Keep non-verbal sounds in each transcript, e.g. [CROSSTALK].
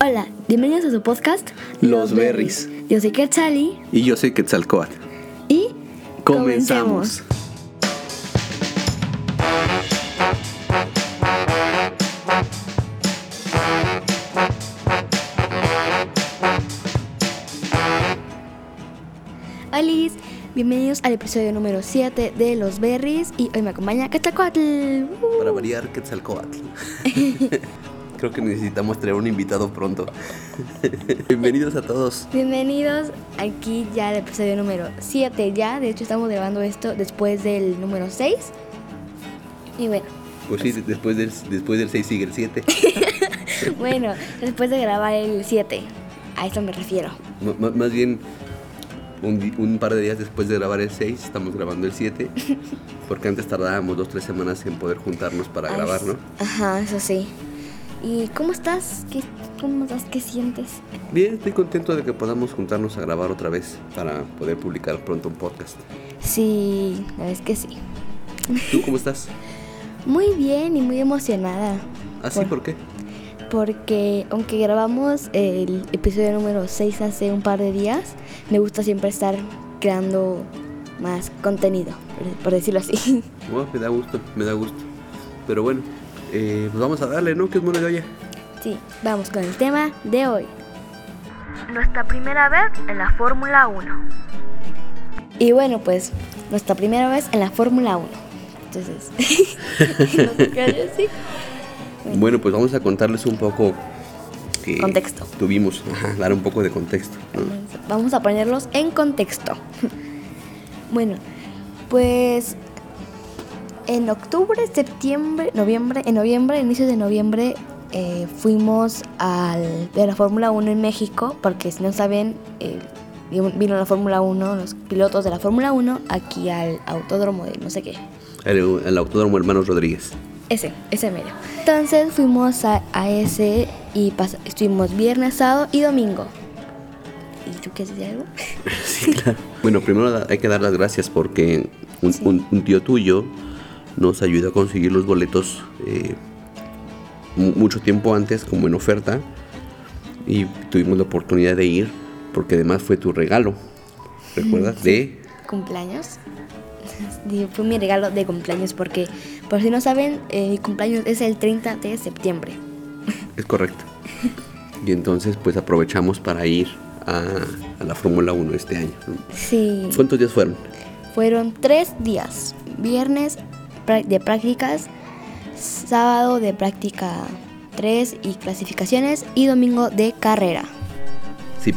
Hola, bienvenidos a su podcast Los Berries. Yo soy Quetzali Y yo soy Quetzalcoatl. y Comenzamos. Olis, bienvenidos al episodio número 7 de Los Berries y hoy me acompaña Quetzalcoatl. Uh. Para variar Quetzalcoatl. [LAUGHS] Creo que necesitamos traer un invitado pronto. [LAUGHS] Bienvenidos a todos. Bienvenidos aquí ya al episodio número 7 ya, de hecho estamos grabando esto después del número 6. Y [LAUGHS] bueno, Pues sí, después del, después del 6 sigue el 7. bueno, después de grabar el 7, a eso me refiero. Más bien, un, di- un par de días después de grabar el 6, estamos grabando el 7. Porque antes tardábamos 2-3 semanas en poder juntarnos para Ay, grabar, ¿no? Ajá, eso sí. ¿Y cómo estás? ¿Qué, ¿Cómo estás? ¿Qué sientes? Bien, estoy contento de que podamos juntarnos a grabar otra vez para poder publicar pronto un podcast. Sí, la verdad es que sí. ¿Tú cómo estás? Muy bien y muy emocionada. ¿Así? Por- ¿Ah, ¿Por qué? Porque aunque grabamos el episodio número 6 hace un par de días, me gusta siempre estar creando más contenido, por- por decirlo así. Oh, me da gusto, me da gusto. Pero bueno, eh, pues vamos a darle, ¿no? Que es mono de olla. [LAUGHS] Sí, vamos con el tema de hoy. Nuestra primera vez en la Fórmula 1. Y bueno, pues nuestra primera vez en la Fórmula 1. Entonces, [LAUGHS] no te calles, sí. Bueno, pues vamos a contarles un poco. Que Contexto. Tuvimos, ajá, dar un poco de contexto. ¿no? Vamos a ponerlos en contexto. [LAUGHS] Bueno, pues en octubre, septiembre, noviembre, en noviembre, inicio de noviembre, eh, fuimos al, a la Fórmula 1 en México, porque si no saben, eh, vino vino la Fórmula 1, los pilotos de la Fórmula 1, aquí al autódromo de no sé qué. El, el Autódromo Hermanos Rodríguez. Ese, ese medio. Entonces fuimos a, a ese y pas- estuvimos viernes, sábado y domingo. ¿Y tú quieres decir algo? Sí, claro. Bueno, primero da- hay que dar las gracias porque un, Sí. un- un tío tuyo nos ayudó a conseguir los boletos eh, mu- mucho tiempo antes, como en oferta, y tuvimos la oportunidad de ir porque además fue tu regalo. ¿Recuerdas? De cumpleaños. [LAUGHS] Y Fue mi regalo de cumpleaños porque, por si no saben, eh, mi cumpleaños es el 30 de septiembre. Es correcto. Y entonces pues aprovechamos para ir a, a la Fórmula 1 este año. ¿no? Sí. ¿Cuántos días fueron? Fueron tres días. Viernes pra- de prácticas, sábado de práctica 3 y clasificaciones y domingo de carrera. Sí.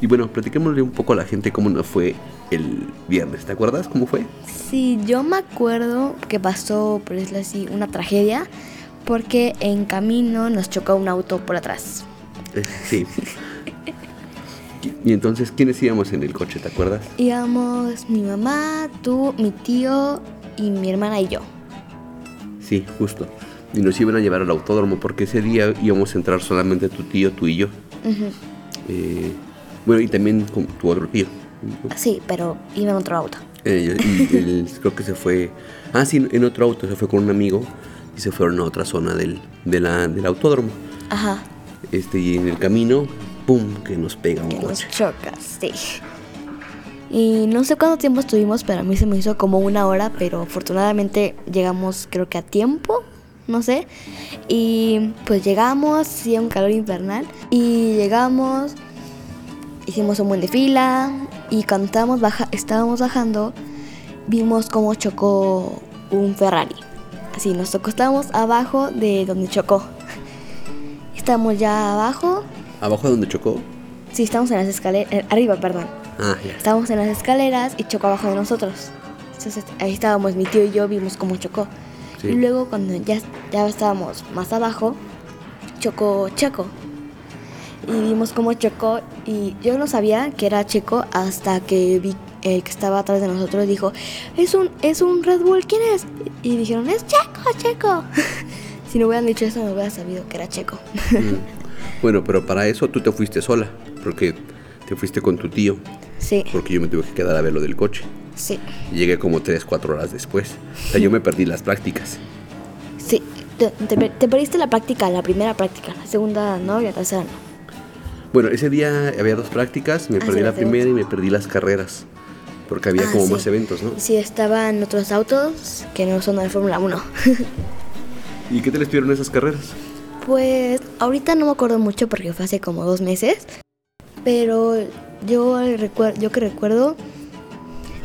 Y bueno, platiquémosle un poco a la gente cómo nos fue el viernes. ¿Te acuerdas cómo fue? Sí, yo me acuerdo que pasó, por decirlo así, una tragedia porque en camino nos chocó un auto por atrás. Eh, Sí. Y entonces, ¿quiénes íbamos en el coche? ¿Te acuerdas? Íbamos mi mamá, tú, mi tío y mi hermana y yo. Sí, justo. Y nos iban a llevar al autódromo porque ese día íbamos a entrar solamente tu tío, tú y yo. Ujú. Eh, bueno, y también con tu otro tío. Sí, pero iba en otro auto. Eh, y [LAUGHS] él creo que se fue. Ah, sí, en otro auto, se fue con un amigo y se fueron a otra zona del, de la- del autódromo. Ajá. Este, y en el camino, ¡pum! que nos pega un Que nos coche. chocas, sí. Y no sé cuánto tiempo estuvimos, pero a mí se me hizo como una hora, pero afortunadamente llegamos creo que a tiempo, no sé. Y pues llegamos, hacía un calor infernal, y llegamos, hicimos un buen de fila, y cuando estábamos, baja- estábamos bajando, vimos cómo chocó un Ferrari. Así, nos tocó, estábamos abajo de donde chocó. [LAUGHS] Estamos ya abajo, ¿Abajo de donde chocó? Sí, estamos en las escaleras. eh, arriba, perdón. Ah, [LAUGHS] ya. Estábamos en las escaleras y chocó abajo de nosotros. Entonces ahí estábamos, mi tío y yo vimos cómo chocó. Sí. Y luego cuando ya, ya estábamos más abajo, chocó Checo. Y vimos cómo chocó y yo no sabía que era Checo hasta que vi el que estaba atrás de nosotros dijo, es un, es un Red Bull, ¿quién es? Y dijeron, es Checo, Checo. [LAUGHS] si no hubieran dicho eso, no hubiera sabido que era Checo. [LAUGHS] Mm. Bueno, pero para eso tú te fuiste sola, porque te fuiste con tu tío, sí, porque yo me tuve que quedar a ver lo del coche. sí. Llegué como 3, 4 horas después. O sea, yo me perdí las prácticas. Sí, te, te per- te perdiste la práctica, la primera práctica, la segunda no y la tercera no. Bueno, ese día había dos prácticas, me Ah, perdí sí, la las de primera y me perdí las carreras, porque había Ah, como sí. más eventos, ¿no? Sí, estaban otros autos que no son de Fórmula 1. ¿Y qué te les pidieron esas carreras? Pues ahorita no me acuerdo mucho porque fue hace como dos meses, pero yo, recuer- yo que recuerdo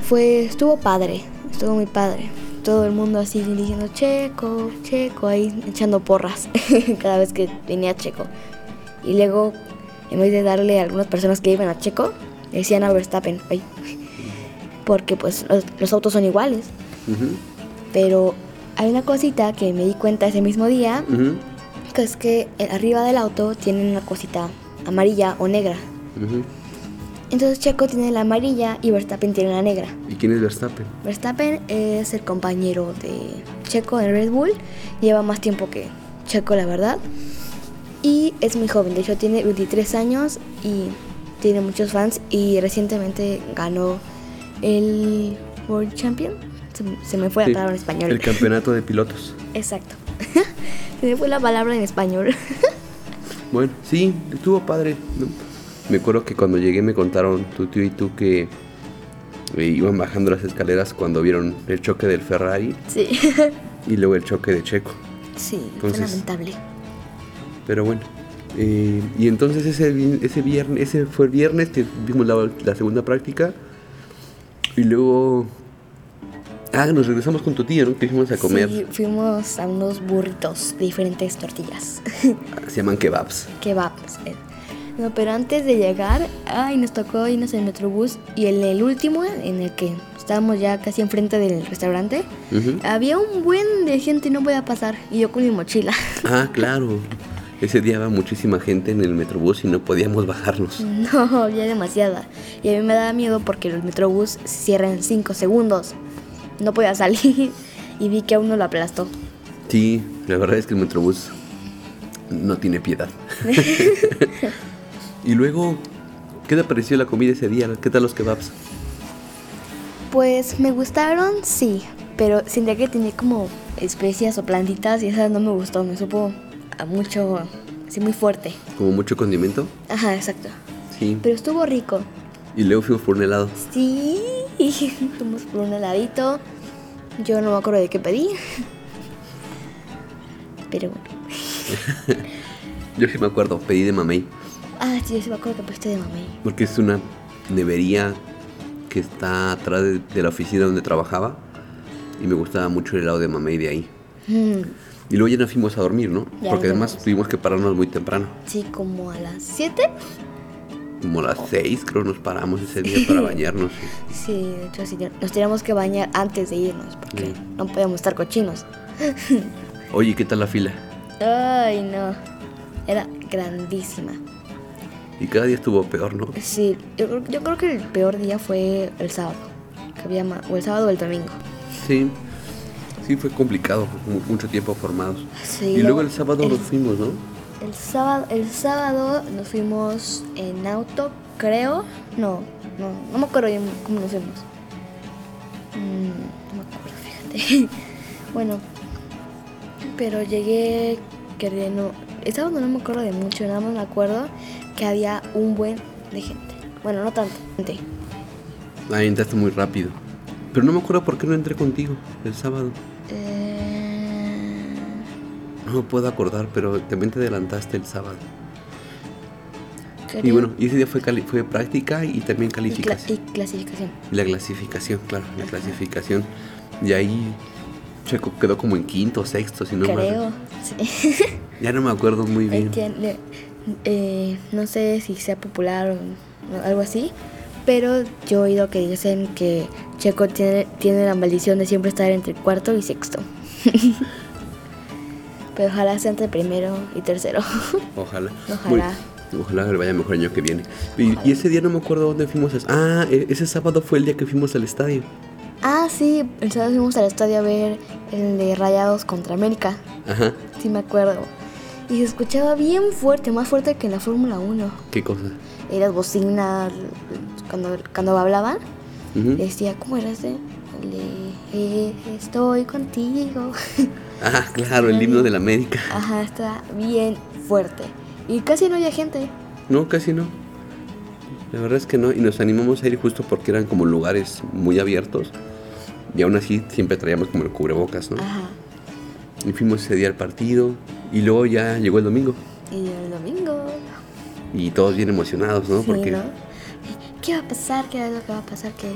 fue estuvo padre, estuvo muy padre. Todo el mundo así diciendo Checo, Checo, ahí echando porras [LAUGHS] cada vez que venía Checo. Y luego, en vez de darle a algunas personas que iban a Checo, le decían a Verstappen, ay, [LAUGHS] porque pues los- los autos son iguales. Ujú, Pero hay una cosita que me di cuenta ese mismo día, ujú, que es que eh, arriba del auto tienen una cosita amarilla o negra. ujú. Entonces Checo tiene la amarilla y Verstappen tiene la negra. ¿Y quién es Verstappen? Verstappen es el compañero de Checo en Red Bull, lleva más tiempo que Checo, la verdad. Y es muy joven, de hecho tiene 23 años y tiene muchos fans y recientemente ganó el World Champion. Se, se me fue la Sí, palabra en español. El campeonato de pilotos. Exacto. [LAUGHS] Se me fue la palabra en español. [LAUGHS] Bueno, sí, estuvo padre. ¿no? Me acuerdo que cuando llegué me contaron tu tío y tú que eh, iban bajando las escaleras cuando vieron el choque del Ferrari sí. y luego el choque de Checo. Sí, Entonces- fue lamentable. Pero bueno. eh, y entonces ese, vi- ese viernes, ese fue el viernes que vimos la, la segunda práctica. Y luego. Ah, nos regresamos con tu tío, ¿no? Que fuimos a comer. Sí, fuimos a unos burritos de diferentes tortillas. [LAUGHS] Se llaman kebabs. Kebabs. eh. No, pero antes de llegar, ay, nos tocó irnos en Metrobús y en el último, en el que estábamos ya casi enfrente del restaurante, Ujú. había un buen de gente y no podía pasar. Y yo con mi mochila. [LAUGHS] Ah, claro. Ese día va muchísima gente en el metrobús y no podíamos bajarnos. No, ya demasiada. Y a mí me daba miedo porque los metrobús cierran en 5 segundos. No podía salir [LAUGHS] y vi que a uno lo aplastó. Sí, la verdad es que el metrobús no tiene piedad. y luego, ¿qué te pareció la comida ese día? ¿Qué tal los kebabs? Pues me gustaron, sí, pero sentía que tenía como especias o plantitas y esas no me gustó, me supo a mucho, así muy fuerte. Como mucho condimento. Ajá, exacto. Sí. Pero estuvo rico. Y luego fuimos por un helado. Sí, [LAUGHS] fuimos por un heladito. Yo no me acuerdo de qué pedí. [LAUGHS] Pero bueno. Yo sí me acuerdo, pedí de mamey, Ah, sí, yo sí me acuerdo que pediste de mamey. porque es una nevería que está atrás de, de la oficina donde trabajaba y me gustaba mucho el helado de mamey de ahí. Mm, Y luego ya nos fuimos a dormir, ¿no? Ya porque nos además fuimos. tuvimos que pararnos muy temprano, sí, como a las 7. como a Oh. las seis creo nos paramos ese [LAUGHS] día para bañarnos. Sí, de hecho, sí, nos teníamos que bañar antes de irnos porque Sí. no podíamos estar cochinos. Oye, ¿qué tal la fila? Ay, no. Era grandísima. Y cada día estuvo peor, ¿no? Sí, yo, creo- yo creo que el peor día fue el sábado. Que había ma- o el sábado o el domingo. Sí, sí fue complicado, mu- mucho tiempo formados. Sí, y luego el sábado el- nos fuimos, ¿no? El sábado, el sábado nos fuimos en auto, creo. No, no, no me acuerdo bien cómo nos fuimos. Mm, no me acuerdo, fíjate. [LAUGHS] bueno, pero llegué que de no. El sábado no me acuerdo de mucho, nada más me acuerdo que había un buen de gente. Bueno, no tanta gente. Ahí entraste muy rápido. Pero no me acuerdo por qué no entré contigo el sábado. Eh, No me puedo acordar, pero también te adelantaste el sábado. Y creo- bueno, y ese día fue, cali- fue práctica y también y cla- calificación. y clasificación. Y la clasificación, claro, la clasificación. Y ahí Checo quedó como en quinto, sexto, si no mal- creo. Sí. Ya no me acuerdo muy bien. Entiende, eh, no sé si sea popular o no- algo así, pero yo he oído que dicen que Checo tiene, tiene la maldición de siempre estar entre cuarto y sexto. [LAUGHS] pero ojalá sea entre primero y tercero. [LAUGHS] Ojalá. Ojalá. Muy- ojalá le vaya mejor el año que viene. Y, y ese día no me acuerdo dónde fuimos. a- ah, e- ese sábado fue el día que fuimos al estadio. ah, sí, el sábado fuimos al estadio a ver el de Rayados contra América, Ajá. sí me acuerdo. Y se escuchaba bien fuerte, más fuerte que en la Fórmula 1. ¿Qué cosa? Y las bocinas, cuando, cuando hablaban, Ujú. Decía, ¿cómo era ese? El de, eh, estoy contigo. [LAUGHS] Ah, claro, el himno de la América. [LAUGHS] Ajá, está bien fuerte. Y casi no había gente. No, casi no. La verdad es que no. Y nos animamos a ir justo porque eran como lugares muy abiertos. Y aún así siempre traíamos como el cubrebocas, ¿no? Ajá. Y fuimos ese día al partido. Y luego ya llegó el domingo. Y el domingo. Y todos bien emocionados, ¿no? sí, porque ¿no? ¿Qué va a pasar? ¿Qué es lo que va a pasar? ¿Qué,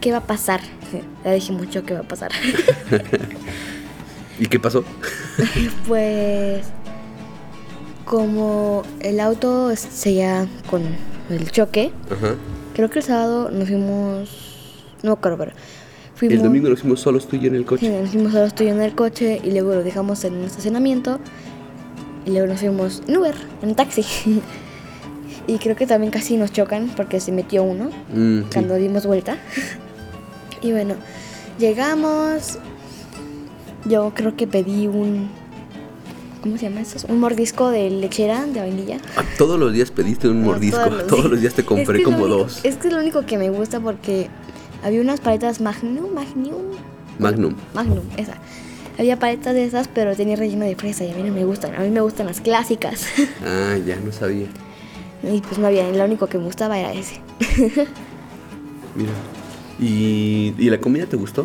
qué va a pasar? [LAUGHS] Sí, ya dije mucho que va a pasar. [LAUGHS] ¿Y qué pasó? Pues como el auto seguía con el choque, Ajá. creo que el sábado nos fuimos, no me acuerdo, pero fuimos, El domingo nos fuimos solos tú y yo en el sí, coche. nos fuimos solos tú y yo en el coche y luego lo dejamos en un estacionamiento y luego nos fuimos en Uber, en taxi. [LAUGHS] y creo que también casi nos chocan porque se metió uno Mm, sí. cuando dimos vuelta. [LAUGHS] Y bueno, llegamos. Yo creo que pedí un. ¿Cómo se llama eso? Un mordisco de lechera de vainilla. Ah, todos los días pediste un No, mordisco. [LAUGHS] Todos los, días te compré Es que es lo como único- dos. Es que es lo único que me gusta porque había unas paletas Magnum, Magnum, Magnum. Magnum, esa. Había paletas de esas, pero tenía relleno de fresa y a mí no me gustan. A mí me gustan las clásicas. [LAUGHS] Ah, ya no sabía. y pues no había, lo único que me gustaba era ese. Mira. ¿Y, ¿y la comida te gustó?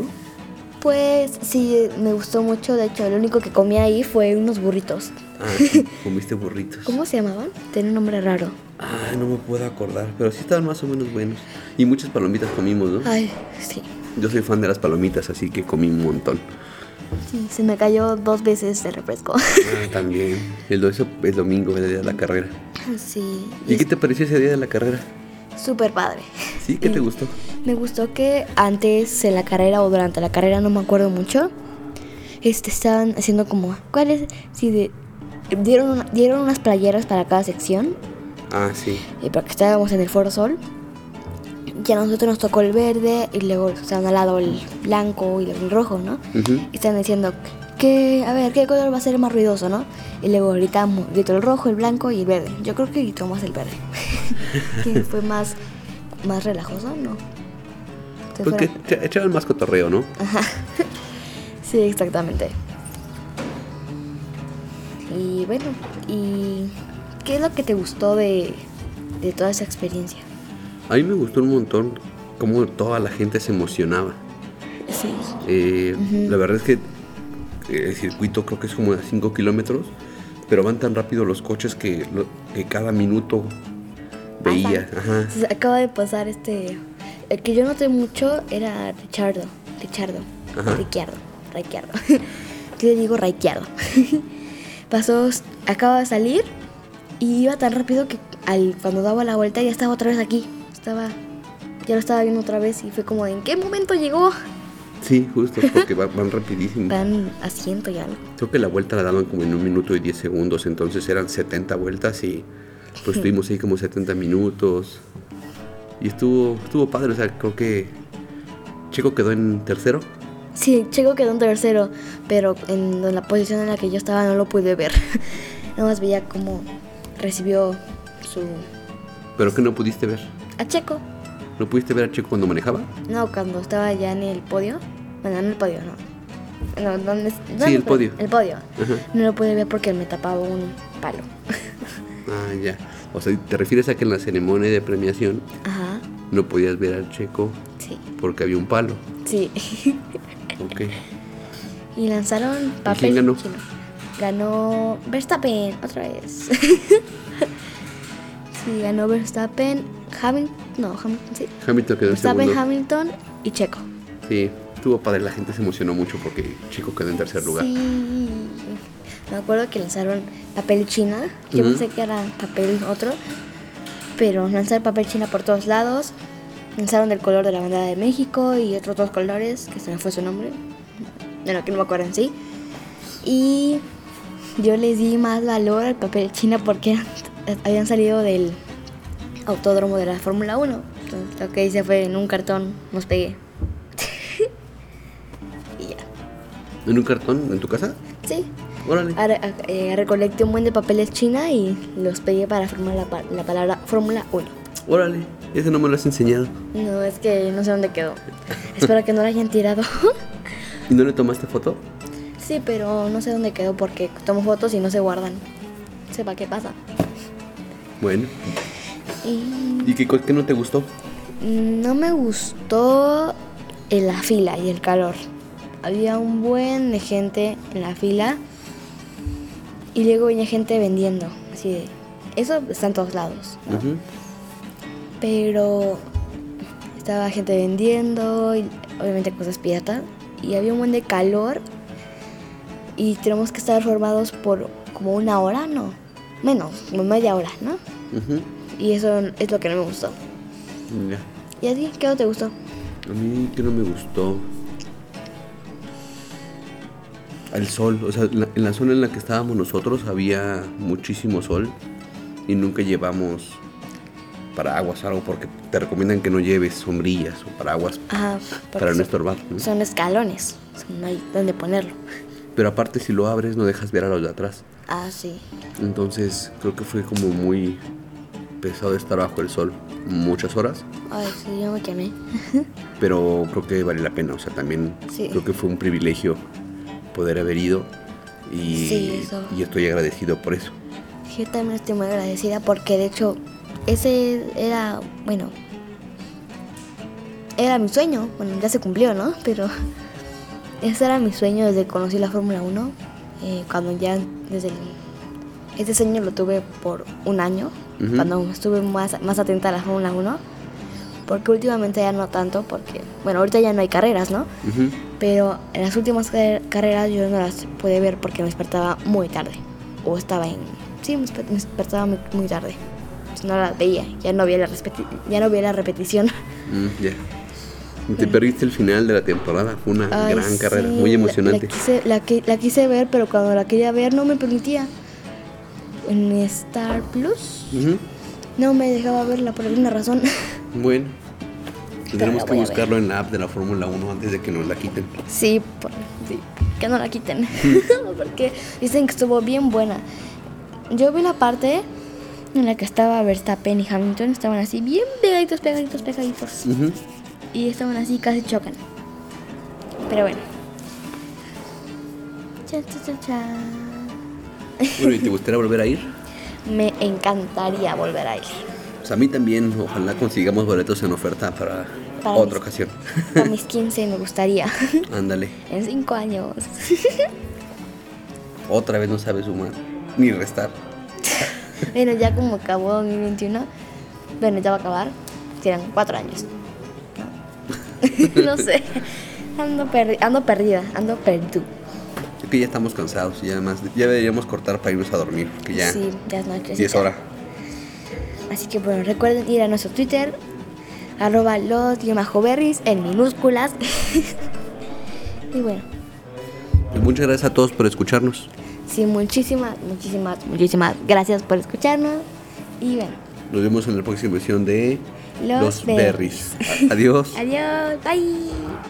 Pues sí, me gustó mucho. De hecho, lo único que comí ahí fue unos burritos. Ah, [LAUGHS] sí, comiste burritos. ¿Cómo se llamaban? Tiene un nombre raro. Ah, no me puedo acordar, pero sí estaban más o menos buenos. Y muchas palomitas comimos, ¿no? Ay, sí. Yo soy fan de las palomitas, así que comí un montón. Sí, se me cayó dos veces el refresco. [LAUGHS] Ah, también. El, do- eso es domingo, el día de la carrera. sí. ¿Y qué te pareció ese día de la carrera? Súper padre. ¿Sí? ¿Qué te Eh, gustó? Me gustó que antes en la carrera o durante la carrera, no me acuerdo mucho, este, estaban haciendo como, ¿cuáles? Sí, de- dieron, una- dieron unas playeras para cada sección, Ah, sí. y para que estábamos en el Foro Sol. Y a nosotros nos tocó el verde y luego estaban al lado el blanco y luego el rojo, ¿no? Ujú. Y Están diciendo que, a ver, ¿qué color va a ser más ruidoso, no? Y luego gritamos, grito el rojo, el blanco y el verde. Yo creo que gritó más el verde. [LAUGHS] que fue más, más relajoso, ¿no? Se Pues que fueron- te- Ah. echaban más cotorreo, ¿no? Sí, exactamente. Y bueno, ¿y qué es lo que te gustó de, de toda esa experiencia? A mí me gustó un montón cómo toda la gente se emocionaba. Sí. Eh, La verdad es que eh, el circuito creo que es como de 5 kilómetros, pero van tan rápido los coches que, lo- que cada minuto veía. Ajá. Se acaba de pasar este. El que yo noté mucho era Richardo. Richardo. Ajá. Ricciardo. Ricciardo. [LAUGHS] Yo le digo Ricciardo. [LAUGHS] Pasó, acaba de salir y iba tan rápido que al, cuando daba la vuelta ya estaba otra vez aquí. Estaba. Ya lo estaba viendo otra vez y fue como: ¿en qué momento llegó? Sí, justo, porque va- [LAUGHS] van rapidísimo. Van a ciento y algo. Creo que la vuelta la daban como en un minuto y 10 segundos, entonces eran 70 vueltas y pues estuvimos ahí como 70 minutos. Y estuvo, estuvo padre, o sea, creo que Checo quedó en tercero. Sí, Checo quedó en tercero, pero en la posición en la que yo estaba no lo pude ver. [LAUGHS] Nada más veía cómo recibió su... Pero que no pudiste ver. A Checo. ¿No pudiste ver a Checo cuando manejaba? No, cuando estaba ya en el podio. Bueno, en el podio, no. No, ¿dónde? dónde el fue? podio. El podio. Ajá. No lo pude ver porque me tapaba un palo. Ah, ya. O sea, ¿te refieres a que en la ceremonia de premiación Ajá, no podías ver al Checo sí. porque había un palo? Sí. [LAUGHS] Ok. y lanzaron papel. quién ganó? chino. Ganó Verstappen, otra vez. [LAUGHS] sí, ganó Verstappen, Hamilton, no, Hamilton, sí. Hamilton quedó en Verstappen, segundo. Hamilton y Checo. Sí, estuvo padre. La gente se emocionó mucho porque Checo quedó en tercer lugar. Sí. Me acuerdo que lanzaron papel china. Yo Ujú. pensé que era papel otro. Pero lanzaron papel china por todos lados. Lanzaron del color de la bandera de México y otros dos colores, que se me fue su nombre. Bueno, que no me acuerdo en sí. Y yo les di más valor al papel china porque habían salido del autódromo de la Fórmula 1. Entonces, lo que hice fue en un cartón, nos pegué. [LAUGHS] y ya. ¿En un cartón en tu casa? Sí. Órale. Ar- a- eh, recolecté un buen de papeles china y los pegué para formar la, pa- la palabra Fórmula 1. Órale. Ese no me lo has enseñado. No, es que no sé dónde quedó. Espero que no la hayan tirado. [LAUGHS] ¿Y no le tomaste foto? sí, pero no sé dónde quedó porque tomo fotos y no se guardan. Sepa qué pasa. Bueno, Y ¿y qué, co- qué no te gustó? no me gustó en la fila y el calor. Había un buen de gente en la fila y luego venía gente vendiendo. Así de, eso está en todos lados. ¿no? Ujú. Pero estaba gente vendiendo, y obviamente cosas piratas, y había un buen de calor y tenemos que estar formados por como una hora, ¿no? Menos, como media hora, ¿no? Ujú. Y eso es lo que no me gustó. Ya. ¿Y a ti qué no te gustó? A mí que no me gustó. El sol, o sea, la- en la zona en la que estábamos nosotros había muchísimo sol y nunca llevamos paraguas, algo, porque te recomiendan que no lleves sombrillas o paraguas Ajá, Ah, porque para no son- estorbar. ¿no? Son escalones, o sea, no hay dónde ponerlo. Pero aparte, si lo abres, no dejas ver a los de atrás. Ah, sí. Entonces, creo que fue como muy pesado estar bajo el sol muchas horas. Ay, sí, yo me quemé. pero creo que vale la pena, o sea, también Sí. creo que fue un privilegio poder haber ido y, Sí, eso. y estoy agradecido por eso. Yo también estoy muy agradecida porque de hecho ese era, bueno, era mi sueño. Bueno, ya se cumplió, ¿no? Pero [LAUGHS] ese era mi sueño desde que conocí la Fórmula 1. eh, cuando ya, desde el, este sueño lo tuve por un año, Ujú. cuando estuve más, más atenta a la Fórmula 1. Porque últimamente ya no tanto, porque, bueno, ahorita ya no hay carreras, ¿no? Ujú. Pero en las últimas car- carreras yo no las pude ver porque me despertaba muy tarde. O estaba en... Sí, me desper- me despertaba muy, muy tarde. Entonces no las veía. Ya no vi la, respeti- ya no vi la repetición. Mm, ya. Te perdiste el final de la temporada, fue una Ay, [LAUGHS] gran carrera, sí, muy la- emocionante. La, quise, la que- la quise ver, pero cuando la quería ver no me permitía. En Star Plus Ujú. no me dejaba verla por alguna razón. [LAUGHS] Bueno, la tendremos que voy a ver. buscarlo en la app de la Fórmula 1 antes de que nos la quiten. Sí, por- sí, que no la quiten. [LAUGHS] Porque dicen que estuvo bien buena. Yo vi la parte en la que estaba Verstappen y Hamilton. Estaban así bien pegaditos, pegaditos, pegaditos. Ujú. Y estaban así casi chocan. Pero bueno. Chan, chan, chan, chan. Bueno, ¿y te gustaría volver a ir? Me encantaría volver a ir. Pues a mí también, ojalá consigamos boletos en oferta para, Para otra mis- ocasión. [LAUGHS] A mis 15 me gustaría. [LAUGHS] Ándale, En 5 años. otra vez no sabes sumar ni restar. Bueno, ya como acabó 2021, bueno, ya va a acabar, quedan cuatro años. no sé, ando, perdi- ando perdida, ando perdida. Es que ya estamos cansados, ya más, ya deberíamos cortar para irnos a dormir, que ya Sí, ya es noche. sí es hora. Así que bueno, recuerden ir a nuestro Twitter, arroba los berries en minúsculas. [LAUGHS] y bueno, Y Pues muchas gracias a todos por escucharnos. sí, muchísimas, muchísimas, muchísimas gracias por escucharnos. Y bueno, Nos vemos en la próxima edición de Los [LAUGHS] Berries. Adiós. adiós, bye.